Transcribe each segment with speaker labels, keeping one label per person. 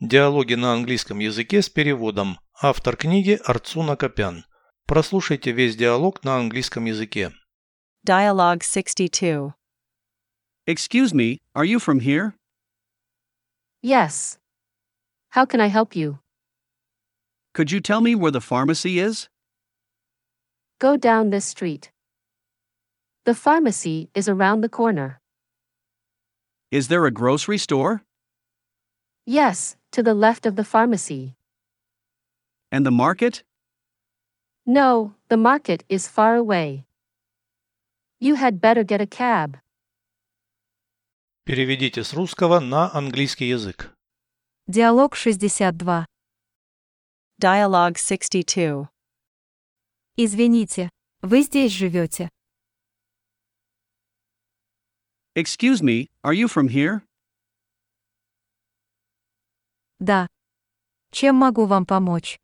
Speaker 1: Диалоги на английском языке с переводом. Автор книги Арцуна Копян. Прослушайте весь диалог на английском языке.
Speaker 2: Dialogue 62.
Speaker 3: Excuse me, are you from here?
Speaker 4: Yes. How can I help you?
Speaker 3: Could you tell me where the pharmacy is?
Speaker 4: Go down this street. The pharmacy is around the corner.
Speaker 3: Is there a grocery store?
Speaker 4: Yes, to the left of the pharmacy.
Speaker 3: And the market?
Speaker 4: No, the market is far away. You had better get a cab.
Speaker 1: Переведите с русского на английский язык.
Speaker 5: Диалог 62.
Speaker 2: Dialogue 62.
Speaker 5: Извините, вы здесь живете.
Speaker 3: Excuse me, are you from here?
Speaker 5: Да. Чем могу вам помочь?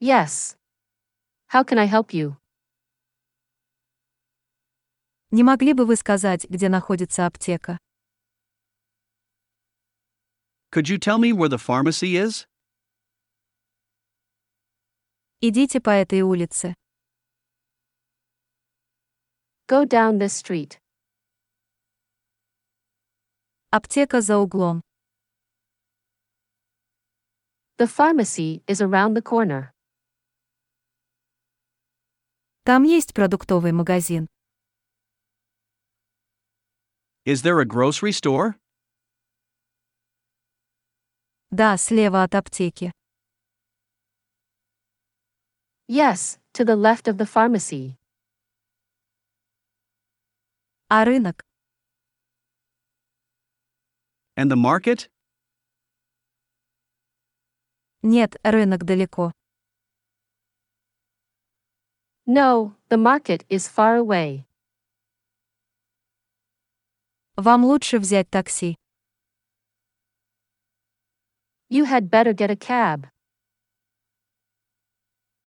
Speaker 4: Yes. How can I help you?
Speaker 5: Не могли бы вы сказать, где находится аптека?
Speaker 3: Could you tell me where the pharmacy is?
Speaker 5: Идите по этой улице.
Speaker 4: Go down this street.
Speaker 5: Аптека за углом.
Speaker 4: The pharmacy is around the corner.
Speaker 5: Там есть продуктовый магазин.
Speaker 3: Is there a grocery store?
Speaker 5: Да, слева от аптеки.
Speaker 4: Yes, to the left of the pharmacy.
Speaker 5: А рынок?
Speaker 3: And the market?
Speaker 5: Нет, рынок далеко.
Speaker 4: No, the market is far away.
Speaker 5: Вам лучше взять такси.
Speaker 4: You had better get a cab.